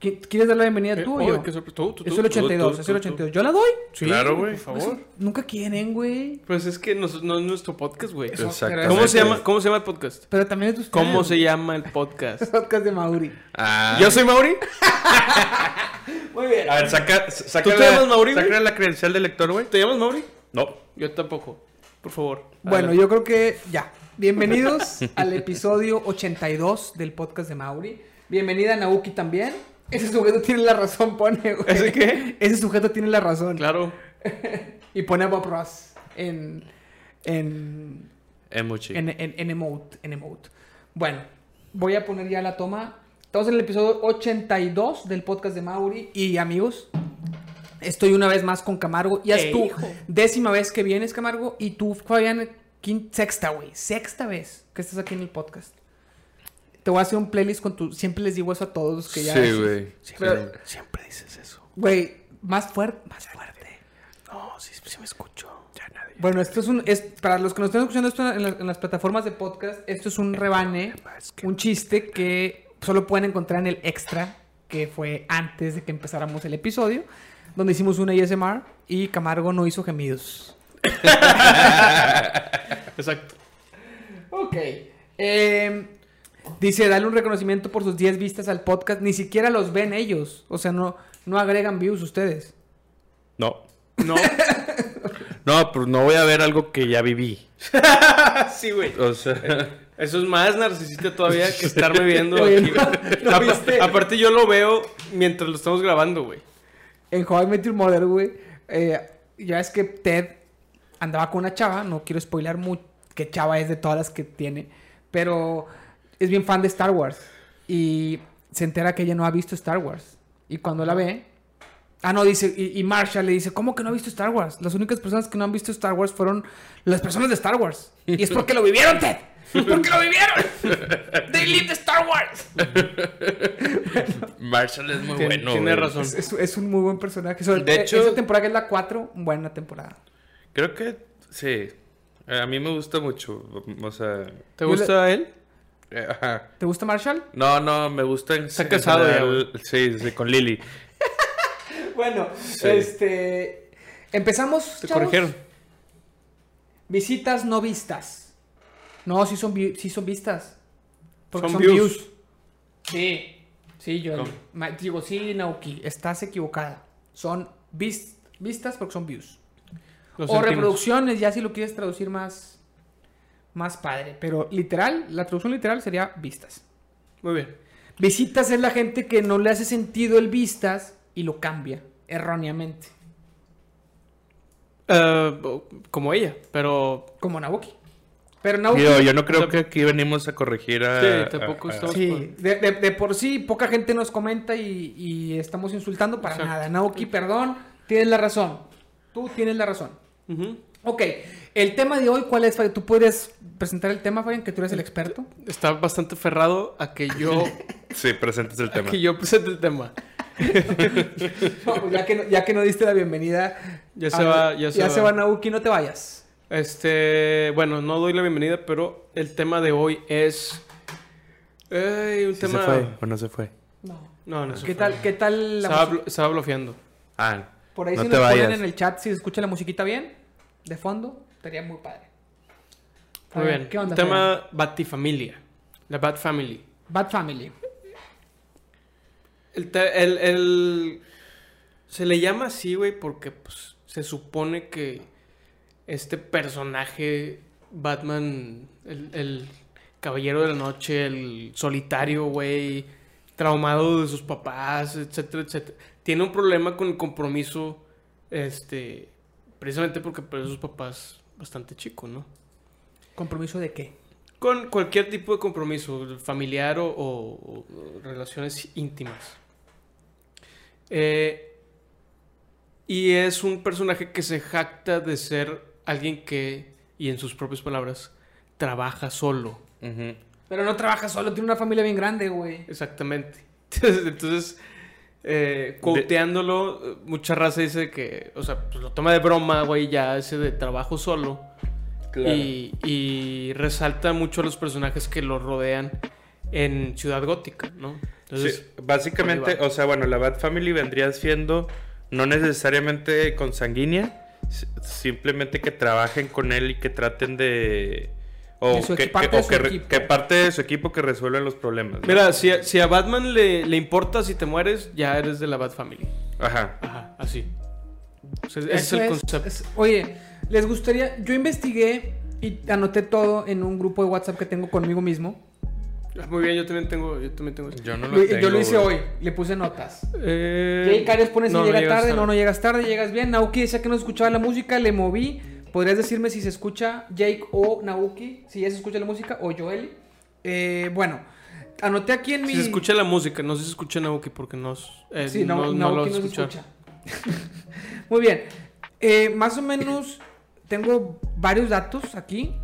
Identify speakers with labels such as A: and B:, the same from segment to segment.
A: ¿Qui- ¿Quieres dar la bienvenida
B: Eh,
A: tú o
B: oh,
A: yo?
B: qué sorpre- tú, tú,
A: Es
B: tú,
A: el
B: tú,
A: 82,
B: tú,
A: es el
B: tú,
A: 82. ¿Yo la doy?
B: tú. Claro, güey,
A: Pues,
B: por favor.
A: Nunca quieren, güey.
B: Pues es que nos- no es nuestro podcast, güey.
A: Eso,
C: Exactamente.
B: ¿Cómo se, llama, ¿Cómo se llama el podcast?
A: Pero también es de ustedes.
B: ¿Cómo se llama el podcast?
A: Podcast de Mauri.
C: Ah.
B: Yo soy Mauri.
A: Muy bien.
C: A ver, saca, s- saca,
B: te
C: la,
B: llamas Mauri,
C: saca
B: güey?
C: la credencial del lector, güey.
B: ¿Te llamas Mauri?
C: No.
B: Yo tampoco. Por favor.
A: Bueno,
B: Adelante.
A: yo creo que ya. Bienvenidos al episodio 82 del podcast de Mauri. Bienvenida Nauki también. Ese sujeto tiene la razón, pone, güey.
B: ¿Ese qué?
A: Ese sujeto tiene la razón.
B: Claro.
A: Y pone a Bob Ross en, en,
C: Emoji.
A: en, en- en emote, en emote. Bueno, voy a poner ya la toma. Estamos en el episodio 82 del podcast de Mauri. Y amigos, estoy una vez más con Camargo. Ya es
B: Ey,
A: tu
B: hijo.
A: décima vez que vienes, Camargo. Y tú, Fabián, quin- sexta, güey. Sexta vez que estás aquí en el podcast. Te voy a hacer un playlist con tu... Siempre les digo eso a todos que ya...
C: Sí, güey.
A: Siempre,
B: Siempre dices eso.
A: güey, más fuerte, más fuerte.
B: No, sí, sí me escucho. Ya nadie.
A: Bueno, esto es un. Es, para los que nos están escuchando esto en, la- en las plataformas de podcast, esto es un rebane, un chiste que solo pueden encontrar en el extra, que fue antes de que empezáramos el episodio, donde hicimos una ASMR y Camargo no hizo gemidos.
B: Exacto.
A: Ok. eh, dice, dale un reconocimiento por sus 10 vistas al podcast. Ni siquiera los ven ellos. O sea, no, no agregan views ustedes.
C: No.
B: No.
C: No, pues no voy a ver algo que ya viví.
B: sí, güey.
C: O sea,
B: Eso es más narcisista todavía que estarme viendo
A: Oye,
B: aquí.
A: no,
B: güey.
A: no
B: Apa-
A: viste.
B: Aparte yo lo veo mientras lo estamos grabando, güey.
A: En How I Met Your Mother, güey, eh, ya es que Ted andaba con una chava, no quiero spoiler mucho, que chava es de todas las que tiene, pero es bien fan de Star Wars y se entera que ella no ha visto Star Wars. Y cuando la ve, ah, no, dice, y, y Marsha le dice, ¿cómo que no ha visto Star Wars? Las únicas personas que no han visto Star Wars fueron las personas de Star Wars. Y es porque lo vivieron, Ted. Porque lo vivieron. They lived Star Wars.
C: Marshall es muy
B: Tien-
C: bueno.
B: tiene
C: güey.
B: razón.
A: Es, es- es un muy buen personaje. Sobre-
C: De hecho-
A: esa temporada que es la 4, buena temporada.
C: Creo que sí. Eh, A mí me gusta mucho. O sea.
B: ¿Te
A: Yo
B: gusta él?
C: eh, Ajá.
A: ¿Te gusta Marshall?
C: No, no, me gusta. en-
B: Está
C: en
B: casado ya,
C: general- Sí, sí, con Lily.
A: Bueno,
C: Sí.
A: este. Empezamos.
B: Te
A: chavos.
B: corrigieron.
A: Visitas no vistas. No, sí son, vi- sí son vistas. Porque son,
B: Son
A: views.
B: views.
A: Sí. Sí, yo
B: ¿Cómo?
A: ma- digo, sí, Naoki, estás equivocada. Son vis- vistas porque son views.
B: Lo
A: o
B: sentimos.
A: reproducciones, ya si lo quieres traducir más, más padre. Pero literal, la traducción literal sería vistas.
B: Muy bien.
A: Visitas es la gente que no le hace sentido el vistas y lo cambia erróneamente.
B: Eh, como ella, pero
A: Como Naoki. Pero Naoki.
C: Digo, yo no creo que aquí venimos a corregir a.
B: Sí, tampoco
C: a- a-
B: estamos-
A: Sí, de, de- de por sí poca gente nos comenta y, y estamos insultando para
B: Exacto.
A: nada. Naoki, perdón, tienes la razón. Tú tienes la razón.
B: ujú.
A: Ok, el tema de hoy, ¿cuál es, Fabián? ¿Tú podrías presentar el tema, Fabián, que tú eres el experto?
B: está bastante ferrado a que yo
C: Sí, presentes el
B: a
C: tema.
B: que yo presente el tema.
A: No, pues ya, que no, ya que no diste la bienvenida.
B: Ya
A: a-
B: se va, ya se va.
A: Naoki, no te vayas.
B: Este, bueno, no doy la bienvenida, pero el tema de hoy es Ey, un
C: ¿Sí
B: tema
C: se fue o no se fue?
A: No.
B: No, no se
A: ¿Qué
B: fue.
A: tal, qué tal la
B: Estaba,
A: música?
B: blo- estaba bloqueando.
C: Ah,
A: Por ahí
C: no
A: si
C: te
A: nos
C: vayas.
A: ponen en el chat si se escucha la musiquita bien, de fondo, estaría muy padre.
B: Muy
A: Fabián,
B: bien.
A: ¿Qué onda? Fabián?
B: Tema Batifamilia. La Bat Family.
A: Bad Family.
B: El, te- el- el- Se le llama así, güey, porque pues, se supone que este personaje, Batman, el, el caballero de la noche, el solitario, güey, traumado de sus papás, etcétera, etcétera, tiene un problema con el compromiso, este, precisamente porque perdió a sus papás bastante chico, ¿no?
A: ¿Compromiso de qué?
B: Con cualquier tipo de compromiso, familiar o, o- o relaciones íntimas. Eh, y es un personaje que se jacta de ser alguien que, y en sus propias palabras, trabaja solo.
C: ujú.
A: Pero no trabaja solo, tiene una familia bien grande, güey.
B: Exactamente. Entonces, entonces eh, quoteándolo, eh, mucha raza dice que, o sea, pues lo toma de broma, güey, ya ese de trabajo solo. Y, y resalta mucho a los personajes que lo rodean en Ciudad Gótica, ¿no? Entonces,
C: Sí, básicamente,
B: por ahí va.
C: o sea, bueno, la Bat Family vendría siendo no necesariamente consanguínea, si- simplemente que trabajen con él y que traten de. O,
A: De su
C: que,
A: equi- parte
C: que-
A: de
C: o
A: su
C: que re-
A: equipo.
C: que parte de su equipo que resuelvan los problemas. ¿no?
B: mira, si a, si a Batman le, le importa si te mueres, ya eres de la Bat Family.
C: Ajá.
B: Ajá, así. O sea, ese es
A: Eso
B: el
A: es-
B: concepto.
A: es- oye, les gustaría. Yo investigué y anoté todo en un grupo de WhatsApp que tengo conmigo mismo.
B: Ah, Muy bien, yo también tengo. Yo también tengo eso.
C: Yo no lo
A: Lo-
C: tengo,
A: yo lo hice
C: güey.
A: hoy, le puse notas.
B: Eh,
A: Jay Carios pone si
B: no, no
A: llega
B: llegas
A: tarde, no, no llegas tarde, llegas bien. Nauki decía que no se escuchaba la música, le moví. Podrías decirme si se escucha Jake o Nauki, si ya se escucha la música, o Joel. Eh, bueno, anoté aquí en mi.
B: Si se escucha la música, no se escucha Naoki porque no, eh,
A: Sí,
B: no,
A: no, Nauki
B: no lo
A: no se
B: escuchar.
A: escucha. Muy bien. Eh, más o menos tengo varios datos aquí.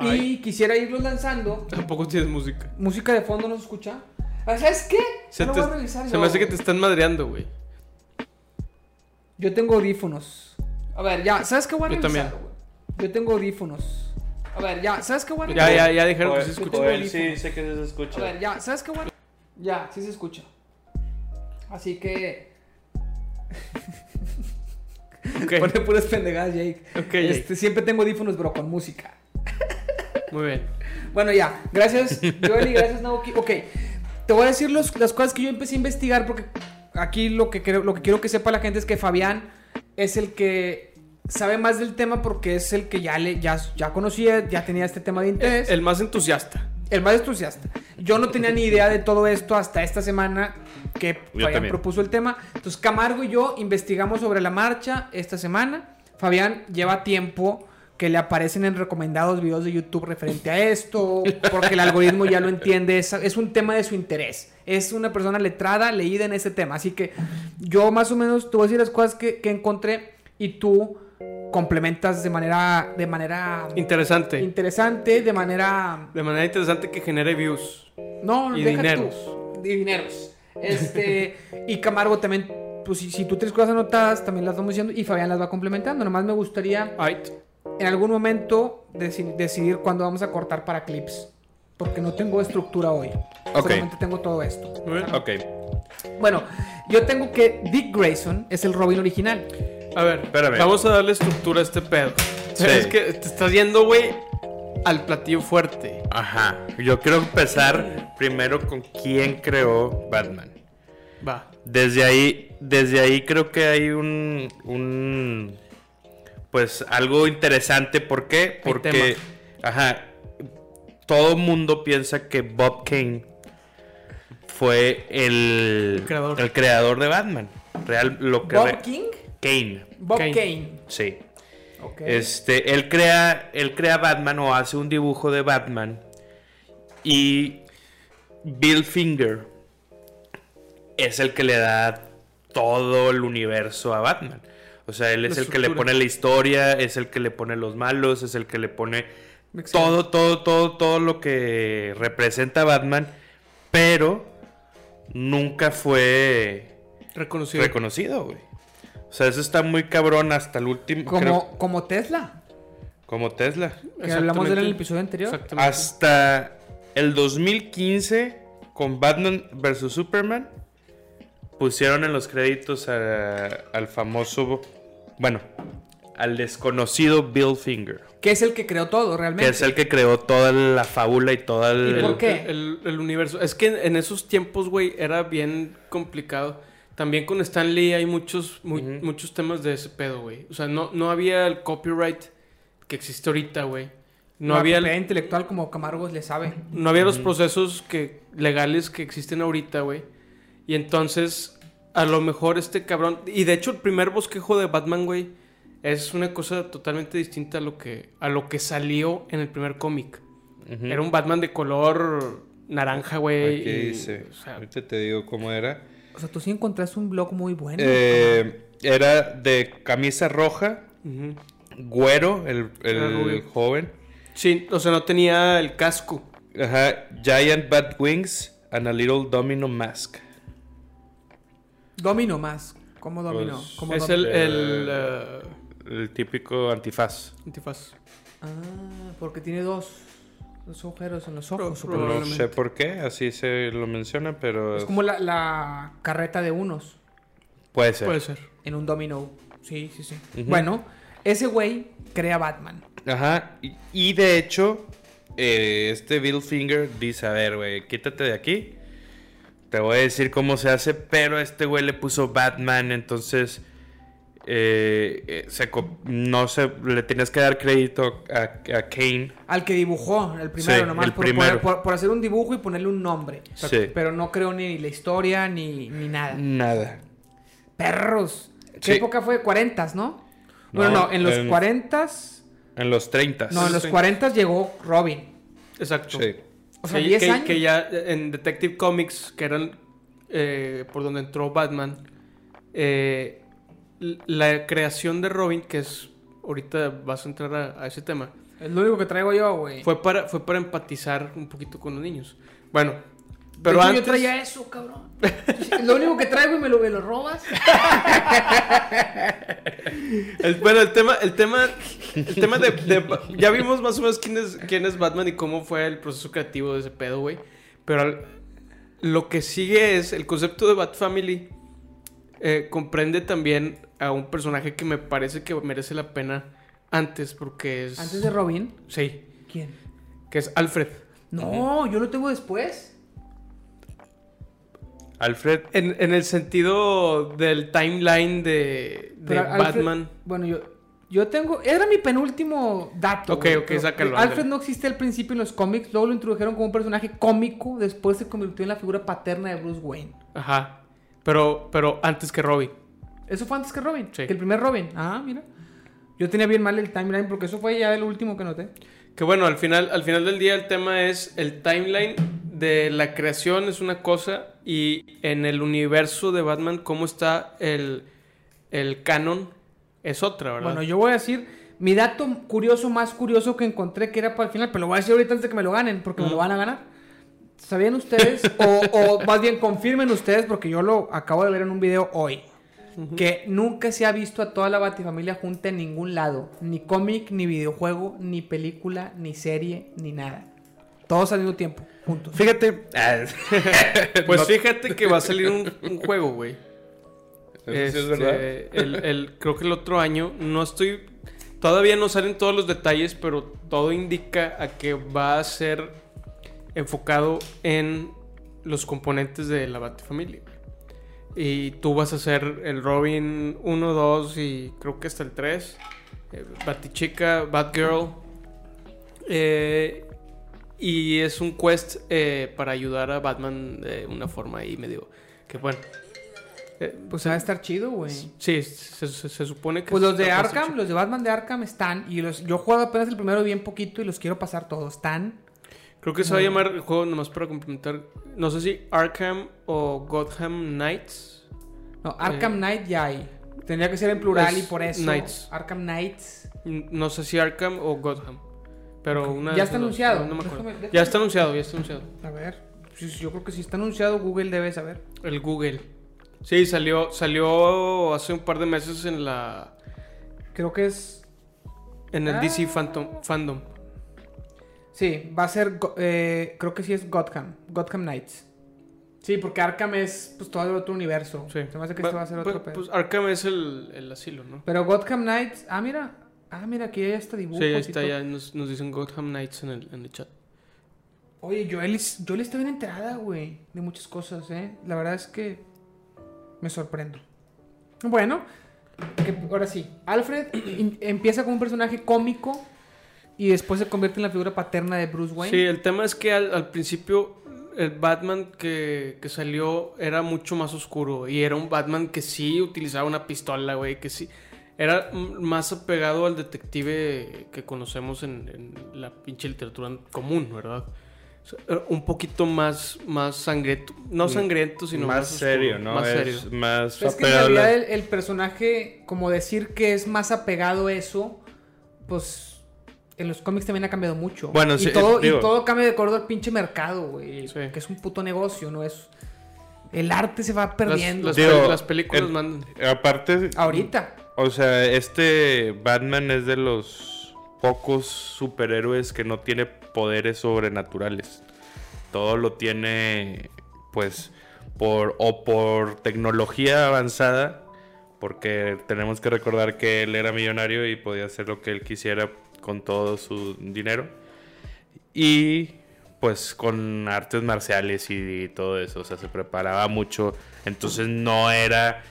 A: Y
B: Ay.
A: quisiera irlos lanzando.
B: Tampoco tienes música.
A: Música de fondo no se escucha. Ah, ¿Sabes qué?
B: Se,
A: No
B: te-
A: lo voy a revisar
B: se
A: yo,
B: me hace que te
A: güey.
B: están madreando, güey.
A: Yo tengo audífonos. A ver, ya, ¿sabes qué voy a
B: Yo
A: revisar,
B: también.
A: güey? Yo tengo audífonos. A ver, ya, ¿sabes qué voy a
B: Ya,
A: revisar?
B: ya, ya dijeron que
C: Joel-
B: se
A: escucha.
B: escucha.
C: Joel sí dice que sí se
A: A ver,
C: escucha.
A: ya, ¿sabes qué voy a Ya, sí se escucha. Así que.
B: Ok,
A: Pone puras pendejadas, Jake.
B: Ok, Jake.
A: Este, siempre tengo audífonos, bro, con música.
B: muy bien.
A: Bueno, ya. Gracias, Joel, y gracias, Naoki. Ok, te voy a decir los- las cosas que yo empecé a investigar porque aquí lo que, creo, lo que quiero que sepa la gente es que Fabián es el que sabe más del tema porque es el que ya, le, ya, ya conocía, ya tenía este tema de interés.
B: El más entusiasta.
A: El más entusiasta. Yo no tenía ni idea de todo esto hasta esta semana que
C: Yo
A: Fabián
C: también.
A: propuso el tema. Entonces, Camargo y yo investigamos sobre la marcha esta semana. Fabián lleva tiempo que le aparecen en recomendados videos de YouTube referente a esto, porque el algoritmo ya lo entiende, es, es un tema de su interés, es una persona letrada, leída en ese tema, así que yo más o menos te voy a decir las cosas que, que encontré y tú complementas de manera, de manera
B: Interesante.
A: interesante, de manera
B: de manera interesante que genere views.
A: no,
B: Y
A: deja
B: dineros.
A: tú. Y dineros. Este, y Camargo también, pues si, si tú tienes cosas anotadas, también las vamos diciendo y Fabián las va complementando. Nomás me gustaría
B: Ay,
A: en algún momento deci- decidir cuándo vamos a cortar para clips. Porque no tengo estructura hoy.
C: Ok.
A: Solamente tengo todo esto.
B: muy bien.
C: Ok.
A: Bueno, yo tengo que Dick Grayson es el Robin original.
B: A ver,
C: Espérame.
B: vamos a darle estructura a este pedo.
C: Sí.
B: Es que te estás yendo, güey, al platillo fuerte.
C: Ajá. Yo quiero empezar primero con quién creó Batman.
B: Va.
C: Desde ahí, desde ahí creo que hay un, un pues algo interesante. ¿Por qué? Porque,
B: tema.
C: ajá, todo mundo piensa que Bob Kane fue el,
B: El creador.
C: el creador de Batman. Real, lo que
A: Bob
C: re-
A: King,
C: Kane,
A: Bob
B: Kane.
A: Kane.
C: sí.
A: Ok.
C: Este, él crea, él crea Batman o hace un dibujo de Batman. Y Bill Finger es el que le da todo el universo a Batman. O sea, él es
B: La
C: el que le
B: estructura.
C: pone la historia, es el que le pone los malos, es el que le pone
A: Excelente.
C: todo, todo, todo, todo lo que representa a Batman. Pero nunca fue
B: Reconocido.
C: reconocido, güey. O sea, eso está muy cabrón hasta el último. creo-
A: Como, como Tesla,
C: como Tesla.
A: que hablamos de él en el
B: Exactamente.
A: episodio anterior.
B: Exactamente.
C: Hasta el 2015, con Batman vs. Superman, pusieron en los créditos a- al famoso, bueno, al desconocido Bill Finger,
A: Que es el que creó todo
C: que
A: realmente.
C: es el que creó toda la fábula y toda
A: ¿Y por
C: el...
A: qué?
B: El, el universo. Es que en, en esos tiempos, güey, era bien complicado. También con Stan Lee hay muchos, mu- muchos temas de ese pedo, güey. O sea, no, no había el copyright que existe ahorita, güey. No, había el-
A: propiedad intelectual como Camargo le sabe.
B: no había los procesos que, legales que existen ahorita, güey. Y entonces, a lo mejor este cabrón. Y de hecho, el primer bosquejo de Batman, güey, es una cosa totalmente distinta a lo que, a lo que salió en el primer cómic.
C: Ujú.
B: Era un Batman de color naranja, güey.
C: Aquí
B: y,
C: dice,
B: o sea,
C: ahorita te digo cómo era.
A: O sea, tú sí encontraste un blog muy bueno.
C: Eh, era de camisa roja,
B: ujú.
C: güero, el, el
B: Era rubio.
C: joven.
B: Sí, o sea, no tenía el casco.
C: Ajá, Giant Bat Wings and a Little Domino Mask.
A: Domino más. ¿Cómo dominó?
C: Pues,
A: ¿Cómo
B: es
A: dom-
B: el,
C: eh,
B: el, eh,
C: El típico antifaz.
B: antifaz.
A: Ah, porque tiene dos. Los agujeros en los
B: Pro-
A: ojos. supongo.
C: No
B: Probablemente.
C: sé por qué, así se lo menciona, pero
A: Es como la, la carreta de unos
C: puede ser.
B: Puede ser.
A: en un domino. Sí, sí, sí.
C: Ujú.
A: Bueno, ese güey crea Batman.
C: Ajá, y, y de hecho, eh, este Bill Finger dice, a ver, güey, quítate de aquí. Te voy a decir cómo se hace, pero este güey le puso Batman, entonces eh, eh, se co- no se le tenías que dar crédito a, a Kane.
A: Al que dibujó, el primero
C: Sí,
A: nomás,
C: el
A: por,
C: primero.
A: por- por- por hacer un dibujo y ponerle un nombre.
C: Sí.
A: Pero no creo ni la historia ni, ni nada.
C: Nada.
A: Perros. ¿Qué
C: Sí.
A: época fue? 40, ¿no? Bueno,
C: No,
A: no, en los
C: en-
A: 40s.
C: En los 30.
A: No, en los
B: Sí.
A: 40 llegó Robin.
B: Exacto.
C: Sí.
A: O sea,
B: que,
A: 10
B: que-
A: años.
B: que ya en Detective Comics, que eran eh, por donde entró Batman, eh, l- la creación de Robin, que es ahorita vas a entrar a, a ese tema,
A: Es lo único que traigo yo, güey.
B: fue para, fue para empatizar un poquito con los niños. Bueno,
A: De
B: pero
A: hecho,
B: antes...
A: yo traía eso, cabrón. Es lo único que traigo y me lo, me lo robas.
B: El- bueno, el tema, el tema, el tema de, de Ba- ya vimos más o menos quién es, quién es Batman y cómo fue el proceso creativo de ese pedo, güey. Pero al- lo que sigue es el concepto de Bat Family eh, comprende también a un personaje que me parece que merece la pena antes porque es
A: Antes de Robin,
B: sí,
A: ¿quién?
B: que es Alfred.
A: No, yo lo tengo después.
C: Alfred,
B: En, en el sentido del timeline de, de
A: Pero Alfred-
B: Batman.
A: bueno, yo, yo tengo. Era mi penúltimo dato.
B: Ok,
A: güey,
B: ok,
A: pero
B: sácalo,
A: Alfred
B: ándale.
A: no existe al principio en los cómics. Luego lo introdujeron como un personaje cómico. Después se convirtió en la figura paterna de Bruce Wayne.
B: Ajá. Pero, pero antes que Robin.
A: Eso fue antes que Robin.
B: Sí.
A: Que el primer Robin. Ah, mira. Yo tenía bien mal el timeline porque eso fue ya el último que noté.
B: Que bueno, al final, al final del día el tema es el timeline de la creación es una cosa y en el universo de Batman cómo está el, el canon es otra, ¿verdad?
A: Bueno, yo voy a decir mi dato curioso, más curioso que encontré que era para el final, pero lo voy a decir ahorita antes de que me lo ganen, porque me lo van a ganar. ¿Sabían ustedes? o, o más bien confirmen ustedes, porque yo lo acabo de ver en un video hoy. Que nunca se ha visto a toda la Batifamilia junta en ningún lado. Ni cómic, ni videojuego, ni película, ni serie, ni nada. Todos al mismo tiempo, juntos.
C: fíjate. Ah,
B: pues
C: no-
B: fíjate que va a salir un, un juego, güey.
C: Eso sí es
B: Este,
C: verdad.
B: el, el- creo que el otro año, no estoy, todavía no salen todos los detalles, pero todo indica a que va a ser enfocado en los componentes de la Batfamilia. Y tú vas a hacer el Robin 1, 2 y creo que hasta el 3. eh, Batichica, Batgirl. Eh, y es un quest eh, para ayudar a Batman de una forma ahí medio... Que bueno. eh,
A: Pues va a estar chido, güey.
B: Sí, se, se- se supone que...
A: Pues los de
B: está más
A: Arkham,
B: hecho.
A: los de Batman de Arkham están. Y los, yo he jugado apenas el primero bien poquito y los quiero pasar todos. Están
B: Creo que se va a llamar el juego nomás para complementar. No sé si Arkham o Gotham Knights.
A: No, Arkham Knight ya hay. Tendría que ser en plural
B: Es
A: y por eso.
B: Knights.
A: Arkham Knights.
B: N- No sé si Arkham o Gotham. Pero una de
A: ¿Ya
B: esas
A: está
B: dos.
A: anunciado?
B: No, no me acuerdo.
A: Déjame- déjame-
B: Ya está anunciado, ya está anunciado.
A: A ver. sí, sí, Yo creo que si está anunciado, Google debe saber.
B: El Google. Sí, salió, salió hace un par de meses en la.
A: Creo que es.
B: en el
A: Ah.
B: DC Phantom, Fandom.
A: Sí, va a ser. Go- eh, creo que sí es Gotham. Gotham Knights. Sí, porque Arkham es pues, todo el otro universo.
B: Sí.
A: Se me hace que este va a ser otro
B: pues,
A: pedo.
B: pues Arkham es el, el asilo, ¿no?
A: Pero Gotham Knights. Ah, mira. Ah, mira, aquí ya está dibujo.
B: Sí, ahí está, ya nos, nos dicen Gotham Knights en el, en el chat.
A: Oye, Joel, es- Joel está bien enterada, güey, de muchas cosas, ¿eh? La verdad es que me sorprendo. Bueno, que- ahora sí, Alfred in- empieza como un personaje cómico y después se convierte en la figura paterna de Bruce Wayne.
B: Sí, el tema es que al, al principio el Batman que, que salió era mucho más oscuro y era un Batman que sí utilizaba una pistola, güey, que sí. Era mm, más apegado al detective que conocemos en, en la pinche literatura común, ¿verdad? O sea, era un poquito más, más sangriento, no sangriento, sino más,
C: Mm, más
B: oscuro,
C: serio, ¿no?
B: Más
C: Es
B: serio.
C: Más
A: Pues es que en
C: apegado a la-
A: realidad el, el personaje, como decir que es más apegado a eso, pues en los cómics también ha cambiado mucho.
C: Bueno,
A: y
C: sí,
A: todo,
C: digo-
A: y todo cambia de acuerdo al pinche mercado, güey,
B: Sí.
A: que es un puto negocio, ¿no? es El arte se va
B: Las,
A: perdiendo.
B: las
C: Digo,
B: pel- las películas
C: el-
B: mandan.
C: Aparte,
A: Ahorita.
C: O sea, este Batman es de los pocos superhéroes que no tiene poderes sobrenaturales. Todo lo tiene, pues, por o por tecnología avanzada, porque tenemos que recordar que él era millonario y podía hacer lo que él quisiera con todo su dinero. Y pues con artes marciales y, y todo eso, o sea, se preparaba mucho. Entonces no era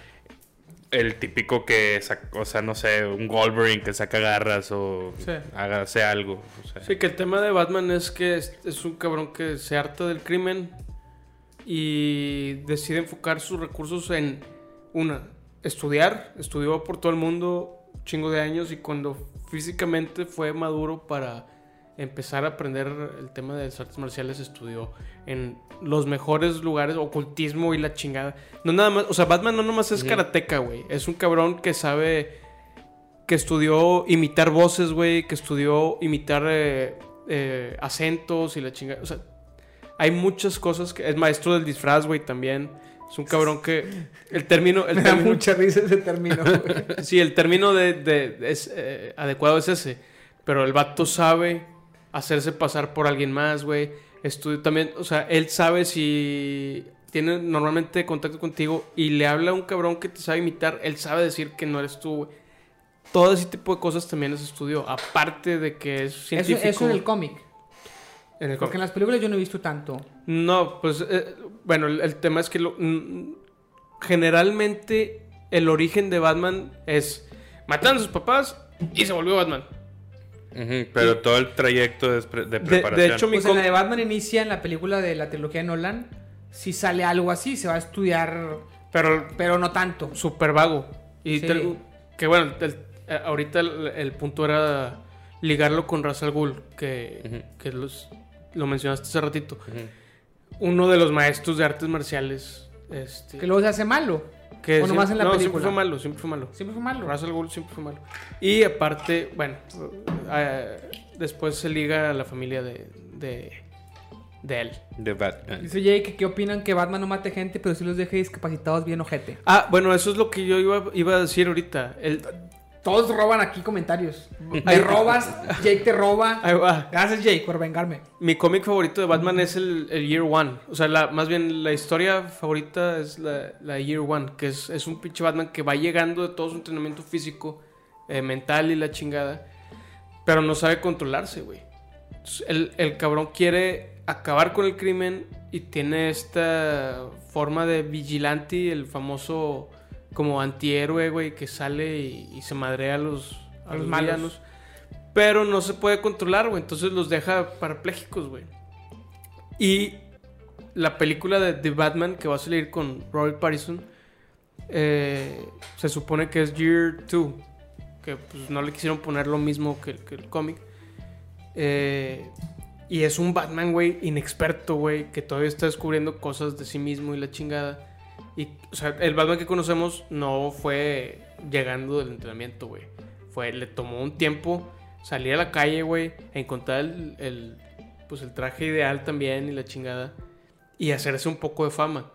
C: el típico que saca, o sea, no sé, un Wolverine que saca garras o
B: Sí.
C: haga- hace algo. o sea.
B: Sí, que el tema de Batman es que es, es un cabrón que se harta del crimen y decide enfocar sus recursos en una, estudiar, estudió por todo el mundo un chingo de años y cuando físicamente fue maduro para empezar a aprender el tema de las artes marciales estudió en los mejores lugares, ocultismo y la chingada. No nada más, o sea, Batman no nomás es karateca, güey, es un cabrón que sabe que estudió imitar voces, güey, que estudió imitar eh, eh, acentos y la chingada. O sea, hay muchas cosas que. Es maestro del disfraz, güey, también. Es un cabrón que. El término. El
A: Me da
B: término
A: mucha risa ese término, güey.
B: sí, el término de, de- es, eh, adecuado es ese. Pero el vato sabe hacerse pasar por alguien más, güey. Estudio también, o sea, él sabe si tiene normalmente contacto contigo y le habla a un cabrón que te sabe imitar, él sabe decir que no eres tú, güey. Todo ese tipo de cosas también es estudio, aparte de que es
A: Eso,
B: científico.
A: eso en el cómic.
B: en el cómic.
A: Porque en las películas yo no he visto tanto.
B: No, pues eh, bueno, el, el tema es que lo- mm, generalmente el origen de Batman es mataron a sus papás y se volvió Batman.
C: Ujú, pero todo el trayecto de, pre- de
B: de
C: preparación.
B: hecho, mi-
A: Pues en
B: cómic-
A: la de Batman inicia, en la película de la trilogía de Nolan, si sale algo así, se va a estudiar,
B: Pero
A: pero no tanto.
B: súper vago. Y
A: Sí.
B: te- que bueno, el- eh, ahorita el, el punto era ligarlo con Ra's al Ghul, que, que los- lo mencionaste hace ratito.
C: Ujú.
B: Uno de los maestros de artes marciales. Este,
A: Que luego se hace malo.
B: que
A: o nomás
B: siempre-
A: en la
B: no, siempre
A: película.
B: fue malo, siempre fue malo.
A: Siempre fue malo.
B: Russell Gould siempre fue malo. Y aparte, bueno, eh, después se liga a la familia de, de, de él.
C: de Batman.
A: Dice Jake que opinan que Batman no mate gente, pero sí los deje discapacitados bien ojete.
B: Ah, bueno, eso es lo que yo iba, iba a decir ahorita. El,
A: Todos roban aquí comentarios.
B: Ay,
A: Me robas, Jake te roba.
B: ahí va.
A: Gracias, Jake, por vengarme.
B: Mi cómic favorito de Batman es el, el Year One. O sea, la, más bien la historia favorita es la, la Year One, que es, es un pinche Batman que va llegando de todo su entrenamiento físico, eh, mental y la chingada, pero no sabe controlarse, güey. Entonces, El, el cabrón quiere acabar con el crimen y tiene esta forma de vigilante, el famoso como antihéroe, güey, que sale y, y se madrea a los, a
A: A los
B: los
A: malos.
B: villanos. Pero no se puede controlar, güey. Entonces los deja parapléjicos, güey. Y la película de The Batman que va a salir con Robert Pattinson eh, se supone que es Year 2. Que pues no le quisieron poner lo mismo que, el- que el cómic. Eh, y es un Batman, güey, inexperto, güey, que todavía está descubriendo cosas de sí mismo y la chingada. Y, o sea, el Batman que conocemos no fue llegando del entrenamiento, güey. Fue, le tomó un tiempo salir a la calle, güey, a encontrar el, el, pues, el traje ideal también y la chingada. Y hacerse un poco de fama.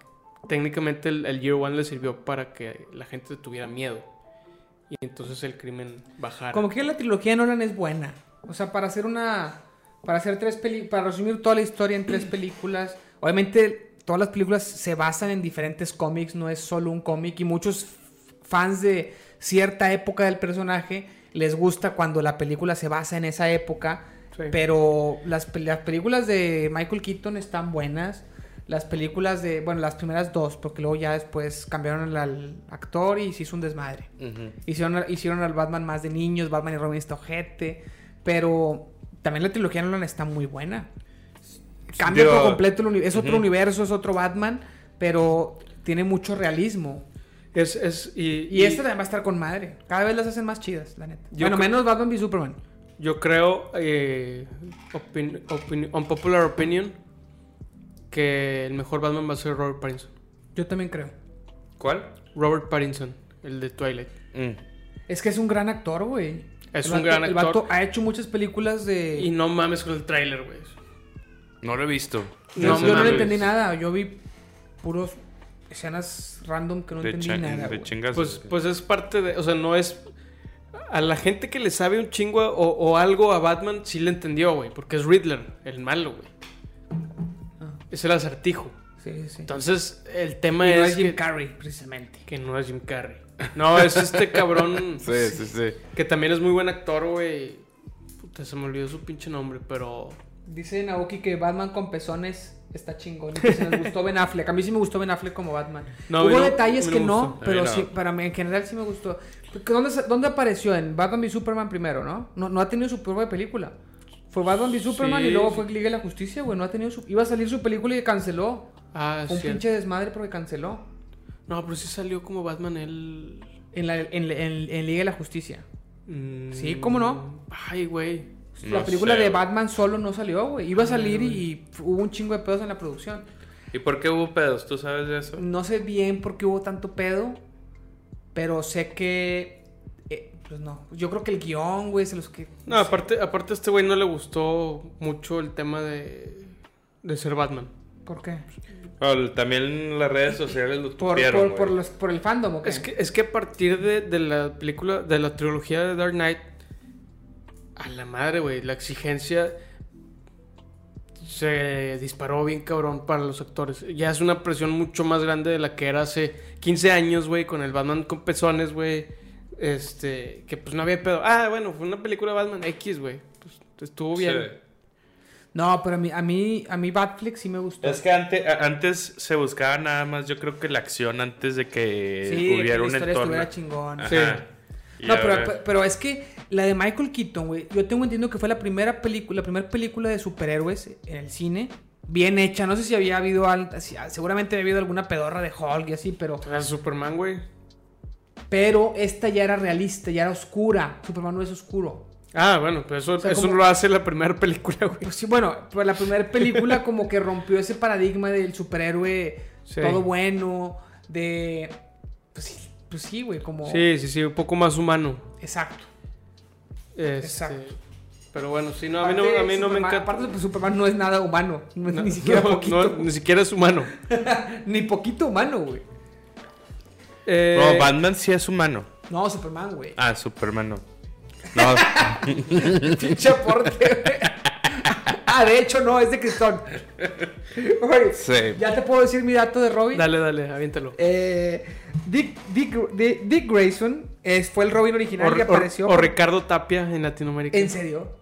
B: Técnicamente el, el Year One le sirvió para que la gente tuviera miedo. Y entonces el crimen bajara.
A: Como que la trilogía de Nolan es buena. O sea, para hacer una. Para hacer tres películas. Para resumir toda la historia en tres películas. Obviamente, todas las películas se basan en diferentes cómics, no es solo un cómic. Y muchos f- fans de cierta época del personaje les gusta cuando la película se basa en esa época.
B: Sí.
A: Pero las, pel- las películas de Michael Keaton están buenas. Las películas de. Bueno, las primeras dos, porque luego ya después cambiaron al- al actor y se hizo un desmadre.
C: Ujú.
A: Hicieron, hicieron al Batman más de niños, Batman y Robin está ojete. Pero también la trilogía de Nolan está muy buena. Cambia
C: Digo,
A: por completo el uni- Es otro
C: ujú.
A: universo, es otro Batman, pero tiene mucho realismo.
B: Es, es,
A: Y,
B: y,
A: este
B: y-
A: esta también va a estar con madre. Cada vez las hacen más chidas, la neta.
B: Yo
A: bueno,
B: creo-
A: menos Batman v Superman.
B: Yo creo, eh, opin- opin- unpopular opinion, que el mejor Batman va a ser Robert Pattinson.
A: Yo también creo.
C: ¿Cuál?
B: Robert Pattinson, el de Twilight.
C: Mm.
A: Es que es un gran actor, güey.
B: Es
A: El
B: un
A: vato-
B: gran
A: El
B: actor.
A: vato ha hecho muchas películas de.
B: Y no mames con el tráiler, güey.
C: No lo he visto.
A: No,
B: No
A: yo no
B: mames.
A: le entendí nada. Yo vi puros escenas random que no
C: De,
A: entendí
C: chan-
A: nada.
C: de
A: güey.
C: chingas.
B: Pues, pues es parte de... O sea, no es... a la gente que le sabe un chingo a- o, o algo a Batman, sí le entendió, güey. Porque es Riddler, el malo, güey.
A: Ah.
B: Es el acertijo.
A: Sí, sí, sí.
B: Entonces, el tema
A: Y no
B: es
A: es Jim
B: que,
A: Carrey, precisamente.
B: que no es Jim Carrey. No, es este cabrón
D: Sí, sí, sí.
B: que también es muy buen actor, güey. Puta, se me olvidó su pinche nombre, pero...
A: Dice Naoki que Batman con pezones está chingón. y que se nos gustó Ben Affleck. A mí sí me gustó Ben Affleck como Batman.
B: No, a
A: Hubo
B: mí no,
A: detalles
B: a mí
A: que
B: no me
A: no,
D: A
B: gustó.
D: mí
A: pero
D: no.
A: sí, para mí en general sí me gustó. Porque ¿Dónde, se- dónde apareció? En Batman v Superman primero, ¿no? ¿no? No ha tenido su propia película. Fue Batman v Superman
B: Sí,
A: y luego
B: sí.
A: fue Liga de la Justicia, güey. No ha tenido su... Iba a salir su película y canceló.
B: Ah,
A: Fue un
B: sí.
A: pinche desmadre porque canceló.
B: No, pero sí salió como Batman él...
A: En, la, en, en- en Liga de la Justicia.
B: Mm,
A: Sí, ¿cómo no?
B: Ay, güey.
A: la
C: No
A: película
C: sé,
A: de
C: güey.
A: Batman solo no salió, güey. Iba a salir y hubo un chingo de pedos en la producción.
C: ¿Y por qué hubo pedos? ¿Tú sabes de eso?
A: No sé bien por qué hubo tanto pedo, pero sé que... eh, pues no, yo creo que el guión, güey, se los que...
B: No, aparte, aparte a este güey no le gustó mucho el tema de, de ser Batman.
A: ¿Por qué?
C: Bueno, también las redes sociales lo
A: Por,
C: tuvieron.
A: por, por los, por el fandom, ¿o qué?
B: Es, que, es que a partir de, de la película, de la trilogía de Dark Knight, a la madre, güey, la exigencia se disparó bien cabrón para los actores. Ya es una presión mucho más grande de la que era hace 15 años, güey, con el Batman con pezones, güey. Este, que pues no había pedo. Ah, bueno, fue una película de Batman X, güey. Pues, estuvo bien.
A: No, pero a mí, a mí, a mí Batfleck sí me gustó.
C: Es que ante- a- antes se buscaba nada más, yo creo que la acción antes de que
A: sí, de que
C: hubiera
A: la
C: un
A: historia
C: entorno.
A: estuviera chingón.
C: Ajá.
B: Sí.
C: Y
A: No,
C: ahora-
A: pero, pero es que la de Michael Keaton, güey, yo tengo entendido que fue la primera película, la primera película de superhéroes en el cine, bien hecha. No sé si había habido, al- si- ah, seguramente había habido alguna pedorra de Hulk y así, pero,
B: Era Superman, güey.
A: pero esta ya era realista, ya era oscura. Superman no es oscuro.
B: Ah, bueno, pues eso,
A: sea,
B: eso
A: como-
B: lo hace la primera película, güey.
A: Pues sí, bueno, pero la primera película como que rompió ese paradigma del superhéroe
B: Sí.
A: todo bueno, de, pues sí, pues sí, güey, como,
B: Sí, sí, sí, un poco más humano.
A: exacto.
B: Este,
A: Exacto.
B: Pero bueno, sí, no, a mí no, a mí no me
A: Superman-
B: encanta.
A: Aparte, pues, Superman no es nada humano, no es
B: No,
A: ni siquiera
B: no,
A: poquito.
B: no, ni siquiera es humano.
A: Ni poquito humano, güey.
B: Eh,
C: No, Batman sí es humano.
A: No, Superman, güey.
C: Ah, Superman no. No,
A: Pinche aporte, güey. Ah, de hecho, no, es de Cristón. Oye,
D: Sí.
A: ya te puedo decir mi dato de Robin.
B: Dale, dale, aviéntalo.
A: Eh, Dick, Dick, Di- Dick Grayson es- fue el Robin
B: O,
A: original que
B: o-
A: apareció.
B: o Ricardo Tapia en Latinoamérica.
A: ¿En serio?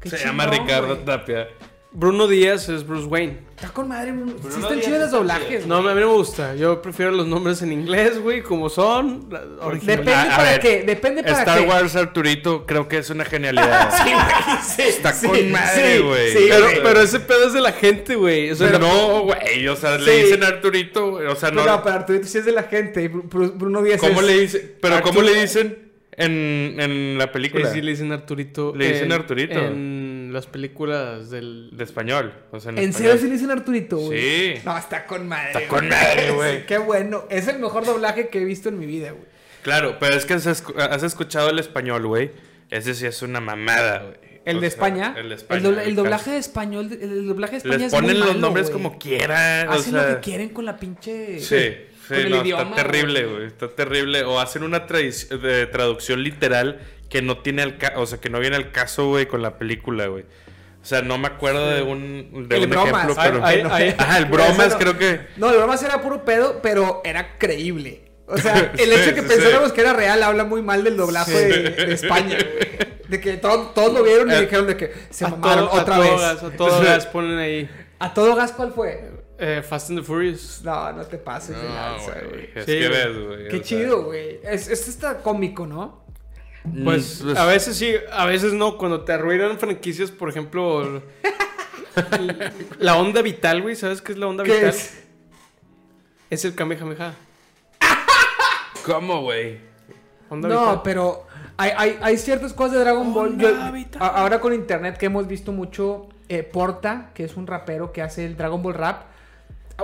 A: Qué
C: se
A: chingón,
C: llama Ricardo
A: güey.
C: Tapia.
B: Bruno Díaz es Bruce Wayne.
A: Está con madre. Bruno. Sí,
C: Bruno
A: están
C: Díaz
A: chidos los
C: es
A: doblajes.
B: No, a
A: güey.
B: mí no me gusta. Yo prefiero los nombres en inglés, güey, como son. la- original.
A: Depende
C: A- a
A: para
C: ver,
A: qué, depende para
C: Star
A: qué.
C: Wars Arturito creo que es una genialidad. Está
A: sí,
C: con madre,
A: sí,
C: güey.
A: sí,
B: Pero,
A: güey.
B: pero ese pedo es de la gente, güey. O sea,
C: Pero no, güey. O sea, le
A: Sí.
C: dicen Arturito. güey, O sea,
A: Pero
C: no.
A: no, para Arturito sí es de la gente. y Bru- Bru- Bruno Díaz
C: ¿Cómo
A: es-
C: le dicen? Pero ¿cómo
A: Arturo.
C: le dicen en, en la
B: Sí,
C: película?
B: sí, le dicen Arturito.
C: Le dicen
B: en-
C: Arturito.
B: En las películas del.
C: De español. O sea, en,
A: ¿En
C: español.
A: serio sí le dicen Arturito, güey?
C: Sí.
A: No, está con madre.
C: Está
A: güey.
C: con madre, güey.
A: Qué bueno. Es el mejor doblaje que he visto en mi vida, güey.
C: Claro, pero es que has, escu- has escuchado el español, güey. Ese sí es una mamada, güey.
A: El
C: O
A: de
C: sea,
A: España.
C: El de España.
A: El, dobla- el
C: el
A: doblaje
C: caso.
A: de español. de- El doblaje de España
C: Les
A: es muy
C: ponen los
A: malo,
C: nombres
A: güey.
C: como quieran.
A: Hacen
C: o sea,
A: lo que quieren con la pinche.
C: Sí, sí,
A: con el
C: no,
A: idioma,
C: está terrible, güey. Está terrible. O hacen una tradic- de traducción literal que no tiene al ca- o sea, que no viene al caso, güey, con la película, güey. O sea, no me acuerdo de un, de
A: El
C: un
A: bromas.
C: ejemplo,
A: Ay,
C: pero.
A: ay, no.
C: Ajá, Ah, el
A: Ese
C: bromas,
A: no.
C: creo que.
A: No, el bromas era puro pedo, pero era creíble. O sea, el
C: Sí,
A: hecho de que
C: sí,
A: pensáramos
C: sí.
A: que era real habla muy mal del doblaje de, de España, güey. De que to- todos lo vieron y
C: Eh,
A: dijeron de que se
B: a
A: mamaron
B: todo- a
A: otra
B: todo
A: vez.
B: gas, a todo gas ponen ahí.
A: ¿A todo gas cuál fue?
B: Eh, Fast and the Furious.
A: No, no te pases de
C: No,
A: lanza,
C: güey,
A: güey.
C: Es
B: Sí,
C: que
B: güey.
C: ves, güey.
A: Qué
C: o sea,
A: chido, güey. Es, es está cómico, ¿no?
B: Pues
C: Mm,
B: a veces sí, a veces no. Cuando te arruinan franquicias, por ejemplo, l- la onda vital, güey. ¿Sabes qué es la onda
A: ¿Qué
B: vital?
A: es?
B: Es el Kamehameha.
C: ¿Cómo, güey?
B: Onda
A: No,
B: vital.
A: pero hay, hay, hay ciertas cosas de Dragon Ball. Yo-
B: Onda vital.
A: a- ahora con internet que hemos visto mucho, eh, Porta, que es un rapero que hace el Dragon Ball rap,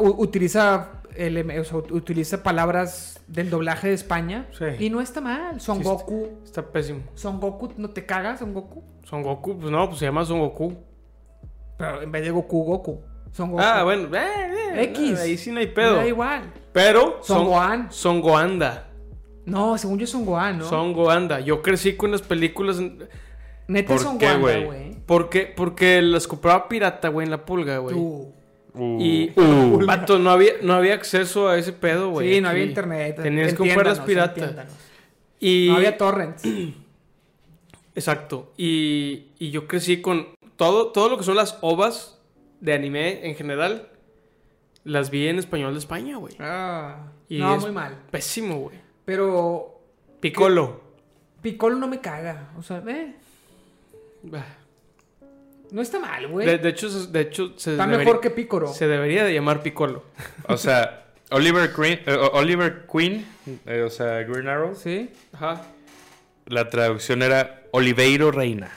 A: u- utiliza, eleme- o sea, ut- utiliza palabras del doblaje de España.
B: Sí.
A: Y no está mal. Son
B: Sí,
A: Goku.
B: Está pésimo.
A: Son Goku, ¿no te cagas, Son Goku?
B: Son Goku, pues no, pues se llama Son Goku.
A: Pero en vez de Goku, Goku. Son Goku.
B: Ah, bueno. eh, eh,
A: X.
B: Ahí sí no hay pedo.
A: Da igual.
B: Pero
A: Son Gohan.
B: Son Goanda.
A: No, según yo es un Gohan, ¿no?
B: Son Goanda. Yo crecí con las películas. en-
A: Neta
C: ¿Por
A: es un
C: qué,
A: Gohan,
C: güey?
A: güey.
B: ¿Por qué? Porque las compraba pirata, güey, en la pulga, güey.
A: Tú.
C: Uh,
B: Y-
C: uh.
B: Vato, no había, no había acceso a ese pedo, güey.
A: Sí, no
B: aquí.
A: había internet.
B: Tenías que comprar
A: Entiéndanos,
B: las piratas.
A: entiéndanos.
B: Y,
A: No había torrents.
B: Exacto. Y, y yo crecí con todo, todo lo que son las ovas de anime en general. Las vi en español de España, güey.
A: Ah,
B: Y
A: no,
B: es-
A: muy mal.
B: Pésimo, güey.
A: Pero
B: Piccolo.
A: Piccolo no me caga. O sea, eh,
B: Bah.
A: no está mal, güey.
B: Ah, De, de hecho, se- de hecho se,
A: Está
B: debería,
A: mejor que Piccolo.
B: se debería de llamar Piccolo.
C: O sea, Oliver Queen, eh, Oliver Queen eh, o sea, Green Arrow,
A: Sí.
B: Ajá.
C: la traducción era Oliveiro Reina.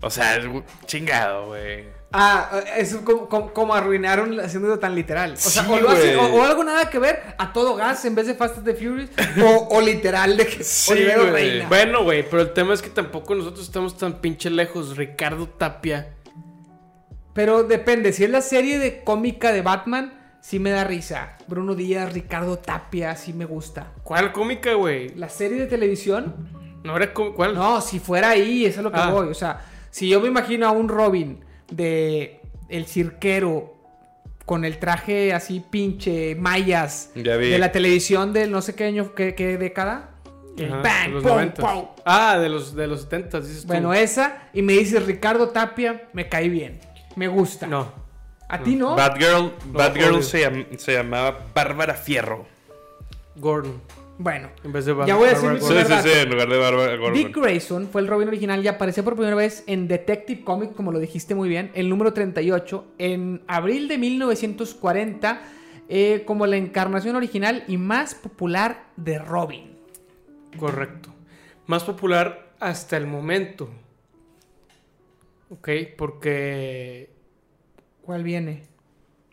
C: O sea, es un chingado, güey.
A: Ah, es como, como- como arruinaron haciéndolo tan literal. O sea,
C: Sí,
A: o, lo hacen-
C: güey.
A: o- o algo nada que ver a todo gas en vez de Fast and the Furious. o, o literal de que
C: Sí,
A: Olivero
C: güey.
A: Reina.
B: Bueno, güey, pero el tema es que tampoco nosotros estamos tan pinche lejos. Ricardo Tapia.
A: Pero depende, si es la serie de cómica de Batman, sí me da risa. Bruno Díaz, Ricardo Tapia, sí me gusta.
B: ¿Cuál cómica, güey?
A: La serie de televisión,
B: No era cómica. ¿Cuál?
A: No, si fuera ahí, eso es lo que
B: Ah.
A: voy. O sea, si yo me imagino a un Robin de el cirquero con el traje así pinche mayas
C: Ya vi.
A: de la televisión del no sé qué año, qué, qué década. El
B: Ajá,
A: bang,
B: de los
A: pow,
B: 90.
A: pow.
B: Ah, de los, de los 70, dices tú.
A: Bueno, esa, y me dices Ricardo Tapia, me cae bien. Me gusta.
B: No.
A: ¿A ti no?
C: Batgirl, Batgirl
B: odio.
C: se, llam- se llamaba Bárbara Fierro.
B: Gordon.
A: Bueno.
B: En vez de Bar-
A: Ya voy a decir
B: Barbara
A: mi
C: Sí,
A: primer
B: Gordon.
C: sí,
A: dato.
C: sí, en lugar de Bárbara
A: Dick
C: Gordon.
A: Grayson fue el Robin original y apareció por primera vez en Detective Comics, como lo dijiste muy bien, el número 38, en abril de 1940, eh, como la encarnación original y más popular de Robin.
B: Correcto. Más popular hasta el momento. Ok, porque
A: ¿Cuál viene?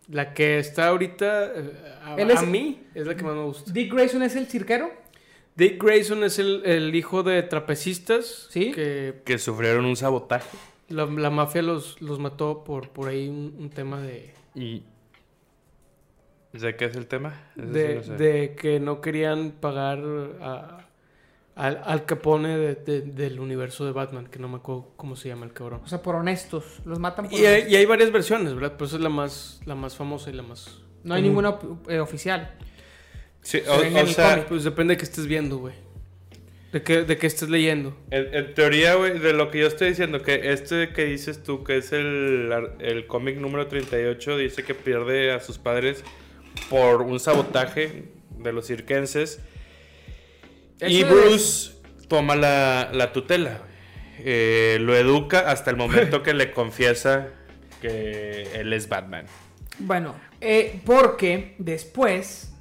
B: la que está ahorita eh, a,
A: Él es-
B: a mí es la que más me gusta.
A: Dick Grayson es el cirquero.
B: Dick Grayson es el, el hijo de trapecistas.
A: Sí.
B: Que
C: Que sufrieron un sabotaje.
B: la, la mafia los, los mató por, por ahí un, un tema de,
C: Y. ¿De qué es el tema? Ese sí
B: de,
C: no sé.
B: de que no querían pagar a- al, al Capone de- de- del universo de Batman, que no me acuerdo cómo se llama el cabrón.
A: O sea, por honestos. Los matan por
B: Y hay,
A: honestos.
B: y hay varias versiones, ¿verdad? Pero esa es la más, la más famosa y la más...
A: No hay
B: común.
A: ninguna op- eh, oficial.
C: Sí,
A: se venga
C: o, o
A: el
C: sea,
A: cómic.
B: Pues depende de qué estés viendo, güey. De qué, de qué estés leyendo.
C: En, en teoría, güey, de lo que yo estoy diciendo, que este que dices tú, que es el, ar- el cómic número 38, dice que pierde a sus padres por un sabotaje de los cirquenses. y
A: Eso
C: Bruce toma la, la tutela. güey. Eh, lo educa hasta el momento que le confiesa que él es Batman.
A: Bueno, eh, porque después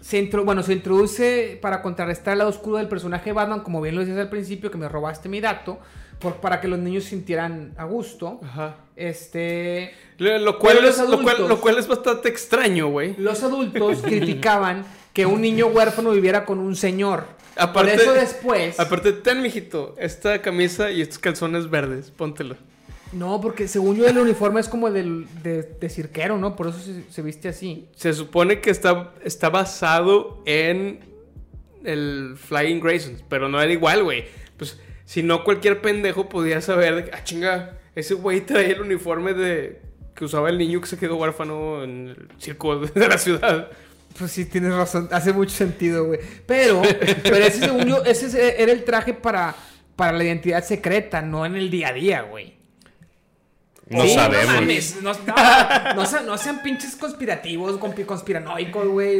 A: se, intro- bueno, se introduce para contrarrestar el lado oscuro del personaje de Batman, como bien lo decías al principio, que me robaste mi dato, por- para que los niños sintieran a gusto.
B: Ajá.
A: Este,
B: Lo, lo cual,
A: Pero
B: es,
A: los
B: lo, cual,
A: adultos-
B: lo cual es bastante extraño, güey.
A: los adultos criticaban que un niño huérfano viviera con un señor.
B: Aparte-
A: por eso después...
B: Aparte, ten, mijito, esta camisa y estos calzones verdes. Póntelo.
A: no, porque según yo el uniforme es como el del, de, de cirquero, ¿no? Por eso se, se viste así.
B: Se supone que está, está basado en el Flying Graysons, pero no era igual, güey. Pues si no, cualquier pendejo podía saber, de que, ah, chinga, ese güey trae el uniforme de que usaba el niño que se quedó huérfano en el circo de la ciudad.
A: Pues sí, tienes razón, hace mucho sentido, güey. Pero, pero ese según yo, ese es- eh, era el traje para, para la identidad secreta, no en el día a día, güey.
C: No
A: Sí,
C: sabemos.
A: No, mames, no, no- no se- no sean pinches conspirativos, compi- conspiranoicos, güey.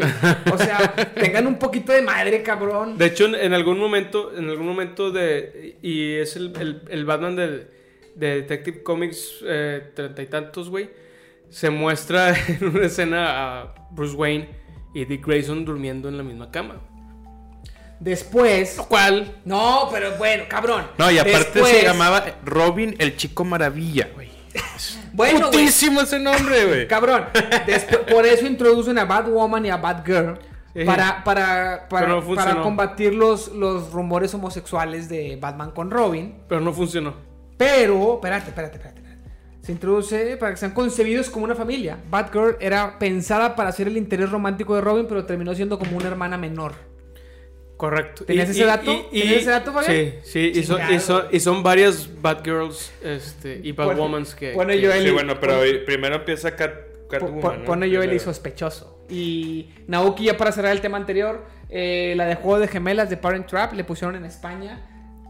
A: O sea, tengan un poquito de madre, cabrón.
B: De hecho, en, en algún momento, en algún momento de. Y es el, el- el Batman del- de Detective Comics eh, treinta y tantos, güey. Se muestra en una escena a Bruce Wayne y Dick Grayson durmiendo en la misma cama.
A: Después.
B: Lo cual.
A: No, pero bueno, cabrón.
C: No, y aparte
A: Después-
C: se llamaba Robin el Chico Maravilla, güey.
A: Bueno, güey,
C: Putísimo ese nombre, güey.
A: cabrón. despu- por eso introducen a Batwoman y a Batgirl.
B: Sí.
A: Para, para, para,
B: Pero no
A: para
B: funcionó.
A: combatir los, los rumores homosexuales de Batman con Robin.
B: Pero no funcionó.
A: Pero, espérate, espérate, espérate. espérate. Se introduce para que sean concebidos como una familia. Batgirl era pensada para ser el interés romántico de Robin, pero terminó siendo como una hermana menor.
B: Correcto.
A: ¿Tenías ese dato? ¿Tenías ese dato, Fabián?
B: Sí, sí. Y son, y, son, y son varias Batgirls este, y Batwoman que...
A: Pone
B: que-
A: Joel
C: Sí,
A: y-
C: bueno, pero primero empieza Cat,
A: po- po-
C: Catwoman. ¿no?
A: pone Joel y
C: Primero.
A: sospechoso. Y Naoki, ya para cerrar el tema anterior, eh, la de Juego de Gemelas de Parent Trap le pusieron en España,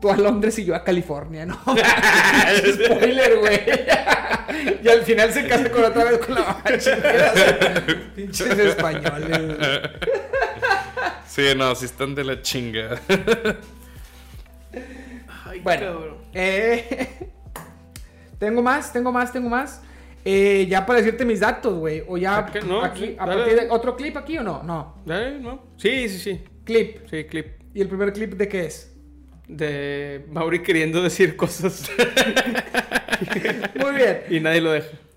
A: tú a Londres y yo a California, ¿no? Spoiler, güey. y al final se casa con otra vez con la mamá chingada. Pinches españoles. güey.
D: Sí, no, si están de la chinga.
B: Ay,
A: Bueno.
B: cabrón.
A: Eh, tengo más, tengo más, tengo más. Eh, ya para decirte mis datos, güey. O ya
B: ¿Por qué no?
A: aquí,
B: Sí,
A: a
B: dale.
A: partir de otro clip aquí o no? No.
B: Dale, Eh, ¿no? Sí, sí, sí.
A: Clip.
B: Sí, clip.
A: ¿Y el primer clip de qué es?
B: De Mauri queriendo decir cosas
A: Muy bien.
B: y nadie lo deja.